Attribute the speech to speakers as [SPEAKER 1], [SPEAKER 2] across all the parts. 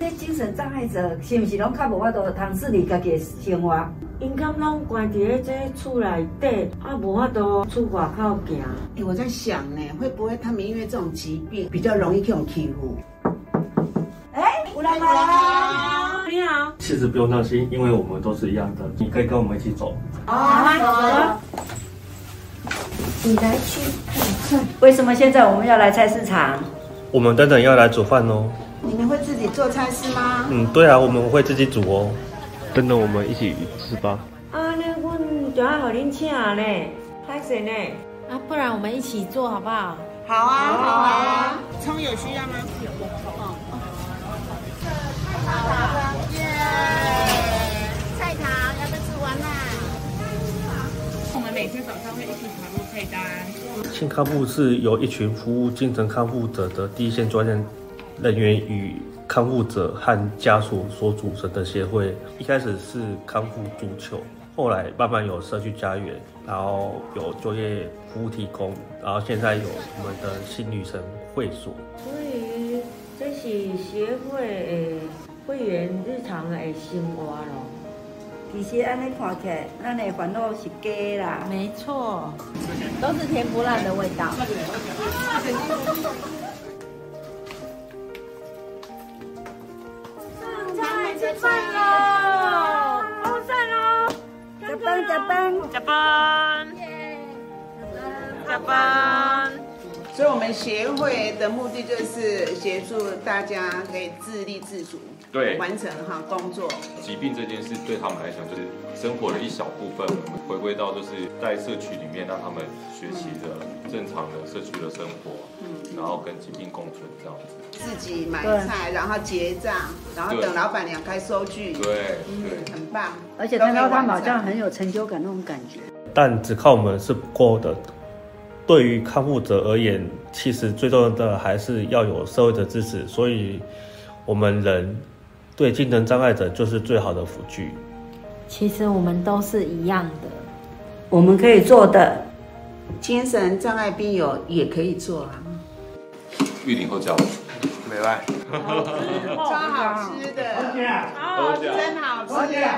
[SPEAKER 1] 迄精神障碍者是毋是拢较无法度通自理家己的生活？
[SPEAKER 2] 因敢拢关伫咧这厝内底，啊无法度出外口行。
[SPEAKER 3] 哎，我在想呢，会不会他们因为这种疾病比较容易这种欺负？
[SPEAKER 1] 哎、有人来啦！
[SPEAKER 2] 啊你好，
[SPEAKER 4] 其实不用担心，因为我们都是一样的，你可以跟我们一起走。
[SPEAKER 2] 啊，
[SPEAKER 5] 你来去看看，
[SPEAKER 1] 为什么现在我们要来菜市场？
[SPEAKER 4] 我们等等要来煮饭哦。
[SPEAKER 3] 你们会自己做菜是吗？
[SPEAKER 4] 嗯，对啊，我们会自己煮哦。等等，我们一起吃吧。
[SPEAKER 2] 安尼啊阮就爱互恁请呢，歹势呢。
[SPEAKER 5] 啊，不然我们一起做好不好？
[SPEAKER 3] 好啊，好啊。葱有需要吗？有。
[SPEAKER 6] 菜糖要不要吃完啦、
[SPEAKER 7] 我们每天早上会一起跑入菜单。
[SPEAKER 4] 健康部是由一群服务精神康复者的第一线专业人员与康复者和家属所组成的协会。一开始是康复足球，后来慢慢有社区家园，然后有就业服务提供，然后现在有我们的新女神会所。
[SPEAKER 2] 所以这是协会诶会员日常诶生活咯。
[SPEAKER 1] 其实安尼看起来，咱的烦恼是假啦。
[SPEAKER 5] 没错，
[SPEAKER 6] 都是甜不辣的味道。上菜吃饭喽！
[SPEAKER 2] 好赞哦！
[SPEAKER 1] 加班加班，
[SPEAKER 2] 加班，加班。
[SPEAKER 3] 所以我们协会的目的就是协助大家可以自立自主，
[SPEAKER 8] 对
[SPEAKER 3] 完成哈工作。
[SPEAKER 8] 疾病这件事对他们来讲，就是生活的一小部分。我们回归到就是在社区里面，让他们学习着正常的社区的生活，然后跟疾病共存这样子。
[SPEAKER 3] 自己买菜，然后结账，然后等老板娘开收据，
[SPEAKER 8] 对对。
[SPEAKER 3] 很棒。
[SPEAKER 1] 而且看到他们好像
[SPEAKER 3] 样
[SPEAKER 1] 很有成就感那种感觉。
[SPEAKER 4] 但只靠我们是不够的。对于康复者而言，其实最重要的还是要有社会的支持，所以我们人对精神障碍者就是最好的辅具。
[SPEAKER 5] 其实我们都是一样的，
[SPEAKER 1] 我们可以做的，
[SPEAKER 3] 精神障碍病友也可以做啊，
[SPEAKER 8] 玉林后教我，没来。
[SPEAKER 3] 超好吃的，
[SPEAKER 8] 后教
[SPEAKER 3] 真好吃的。
[SPEAKER 2] 啊，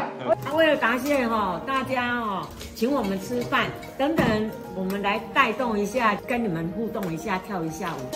[SPEAKER 2] 为了答谢哈大家哦，请我们吃饭，等等我们来带动一下，跟你们互动一下，跳一下舞。